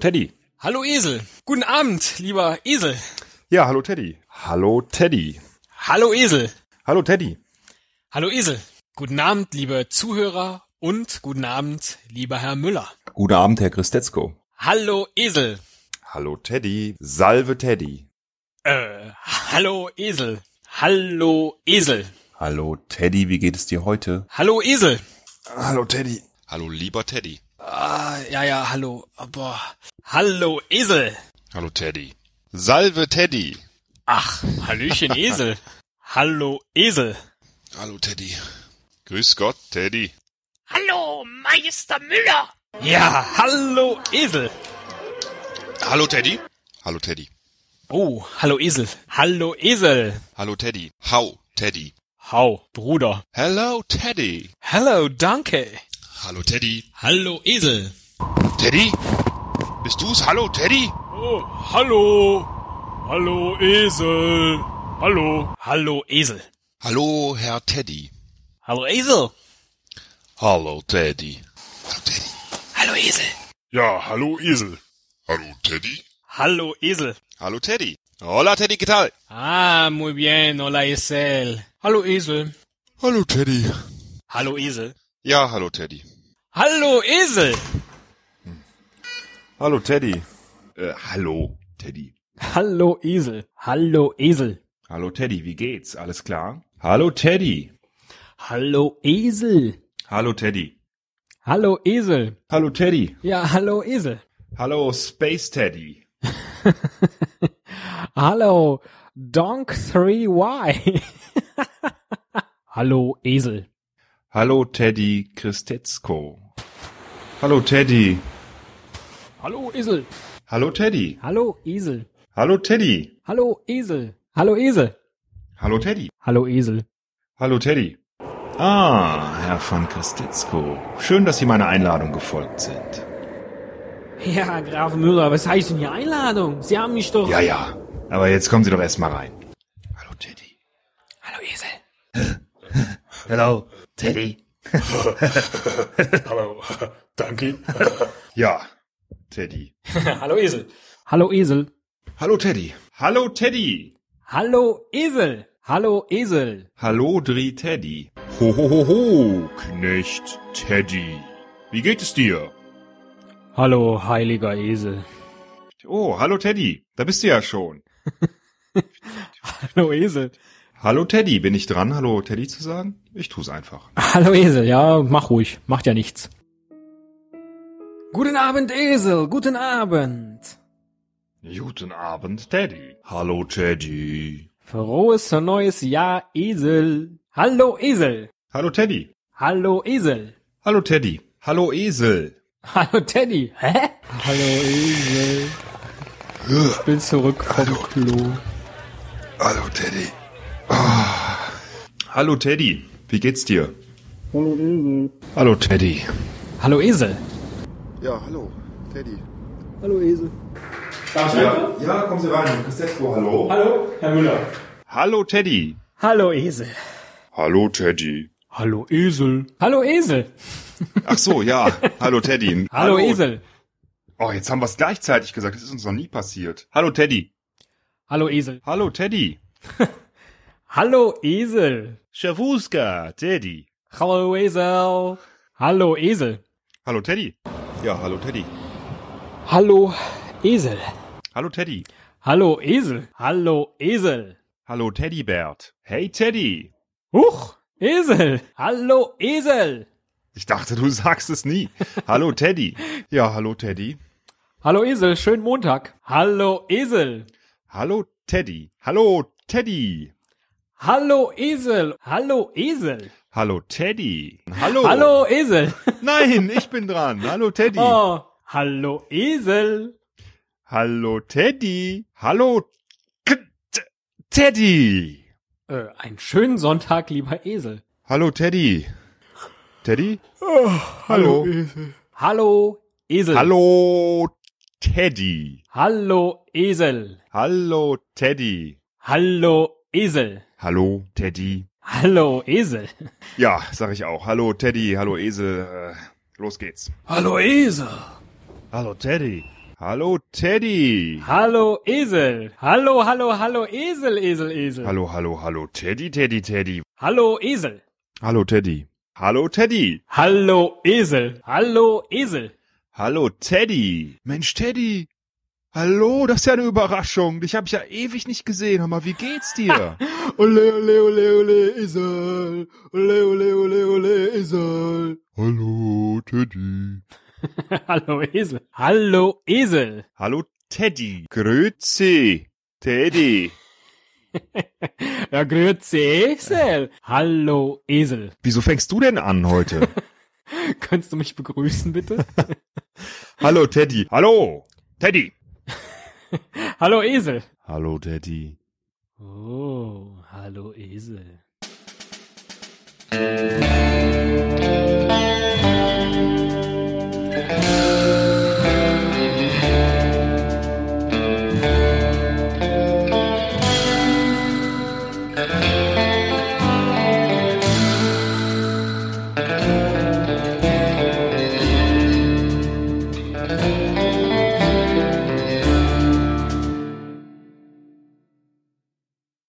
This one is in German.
Teddy. Hallo Esel. Guten Abend, lieber Esel. Ja, hallo Teddy. Hallo Teddy. Hallo Esel. Hallo Teddy. Hallo Esel. Guten Abend, liebe Zuhörer und guten Abend, lieber Herr Müller. Guten Abend, Herr Christetzko. Hallo Esel. Hallo Teddy. Salve Teddy. Äh, hallo Esel. Hallo Esel. Hallo Teddy, wie geht es dir heute? Hallo Esel. Hallo Teddy. Hallo lieber Teddy. Ah, ja, ja, hallo. Boah. Hallo Esel. Hallo Teddy. Salve Teddy. Ach, Hallöchen Esel. hallo Esel. Hallo Teddy. Grüß Gott Teddy. Hallo, Meister Müller! Ja, hallo Esel. Hallo Teddy. Hallo Teddy. Oh, hallo Esel. Hallo Esel. Hallo Teddy. Hau Teddy. Hau, Bruder. Hello Teddy. Hello, danke. Hallo Teddy. Hallo Esel. Teddy? Bist du's? Hallo Teddy? Oh, hallo. Hallo Esel. Hallo. Hallo Esel. Hallo Herr Teddy. Hallo Esel. Hallo Teddy. Hallo Teddy. Hallo Esel. Ja, hallo Esel. Hallo Teddy. Hallo Esel. Hallo Teddy. Hola Teddy, ¿qué tal? Ah, muy bien. Hola Esel. Hallo Esel. Hallo Teddy. Hallo Esel. Ja, hallo Teddy. Hallo Esel. Hallo Teddy. Äh, hallo Teddy. Hallo Esel. Hallo Esel. Hallo Teddy, wie geht's? Alles klar? Hallo Teddy. Hallo Esel. Hallo Teddy. Hallo Esel. Hallo Teddy. Ja, hallo Esel. Hallo Space Teddy. Hallo Donk 3Y. hallo Esel. Hallo Teddy Christetzko. Hallo Teddy. Hallo Esel. Hallo Teddy. Hallo Esel. Hallo Teddy. Hallo Esel. Hallo Esel. Hallo Teddy. Hallo Esel. Hallo Teddy. Ah, Herr von Christetzko. Schön, dass Sie meiner Einladung gefolgt sind. Ja, Graf Müller, was heißt denn hier Einladung? Sie haben mich doch. Ja, ja. Aber jetzt kommen Sie doch erst mal rein. Hallo Teddy. Hallo Esel. Hallo Teddy. Hallo, danke. Ja, Teddy. Hallo Esel. Hallo Esel. Hallo Teddy. Hallo Teddy. Hallo Esel. Hallo Esel. Hallo Dri Teddy. Ho ho ho ho, Knecht Teddy. Wie geht es dir? Hallo heiliger Esel. Oh, hallo Teddy. Da bist du ja schon. Hallo Esel. Hallo Teddy, bin ich dran, hallo Teddy zu sagen? Ich tu's einfach. Hallo Esel, ja, mach ruhig, macht ja nichts. Guten Abend, Esel, guten Abend. Guten Abend, Teddy. Hallo Teddy. Frohes neues Jahr, Esel. Hallo Esel. Hallo Teddy. Hallo Esel. Hallo Teddy. Hallo Esel. Hallo Teddy. Hä? Hallo Esel. Ich bin zurück vom Klo. Hallo Teddy. Ah. Hallo Teddy, wie geht's dir? Hallo Teddy. Hallo Esel. Ja, hallo, Teddy. Hallo Esel. Ja, ja, kommen Sie rein. Christetzko, hallo. Hallo, Herr Müller. Hallo Teddy. Hallo Esel. Hallo Teddy. Hallo Esel. Hallo Esel. Ach so, ja. Hallo Teddy. Hallo, Esel. Oh, jetzt haben wir es gleichzeitig gesagt. Das ist uns noch nie passiert. Hallo Teddy. Hallo Esel. Hallo Teddy. Hallo Esel. Schawuska, Teddy. Hallo Esel. Hallo Esel. Hallo Teddy. Ja, hallo Teddy. Hallo Esel. Hallo Teddy. Hallo Esel. Hallo Esel. Hallo Teddybert. Hey Teddy. Huch, Esel. Hallo Esel. Ich dachte, du sagst es nie. Hallo Teddy. Ja, hallo Teddy. Hallo Esel, schönen Montag. Hallo Esel. Hallo Teddy. Hallo Teddy. Hallo Esel. Hallo Esel. Hallo Teddy. Hallo. Hallo Esel. Nein, ich bin dran. Hallo Teddy. Oh, hallo Esel. Hallo Teddy. Hallo K T- Teddy. Äh, einen schönen Sonntag, lieber Esel. Hallo Teddy. Teddy? Oh, hallo. Hallo Esel. Hallo Teddy. Hallo Esel. Hallo Teddy. Hallo Esel. Hallo Teddy. Hallo Esel. Ja, sag ich auch. Hallo Teddy, hallo Esel. Äh, los geht's. Hallo Esel. Hallo Teddy. Hallo Teddy. Hallo Esel. Hallo, hallo, hallo Esel, Esel, Esel. Hallo, hallo, hallo Teddy, Teddy, Teddy. Hallo Esel. Hallo Teddy. Hallo Teddy. Hallo Esel. Hallo Esel. Hallo Teddy. Mensch, Teddy. Hallo, das ist ja eine Überraschung. Dich habe ich ja ewig nicht gesehen. Hör mal, wie geht's dir? Ole, ole, ole, ole Esel. Ole, ole, ole, ole Esel. Hallo Teddy. hallo Esel. Hallo Esel. Hallo Teddy. Grüezi. Teddy. Ja, grüezi Esel. Hallo Esel. Wieso fängst du denn an heute? Kannst du mich begrüßen bitte? Hallo Teddy. Hallo Teddy. hallo Esel. Hallo Teddy. Oh, hallo Esel.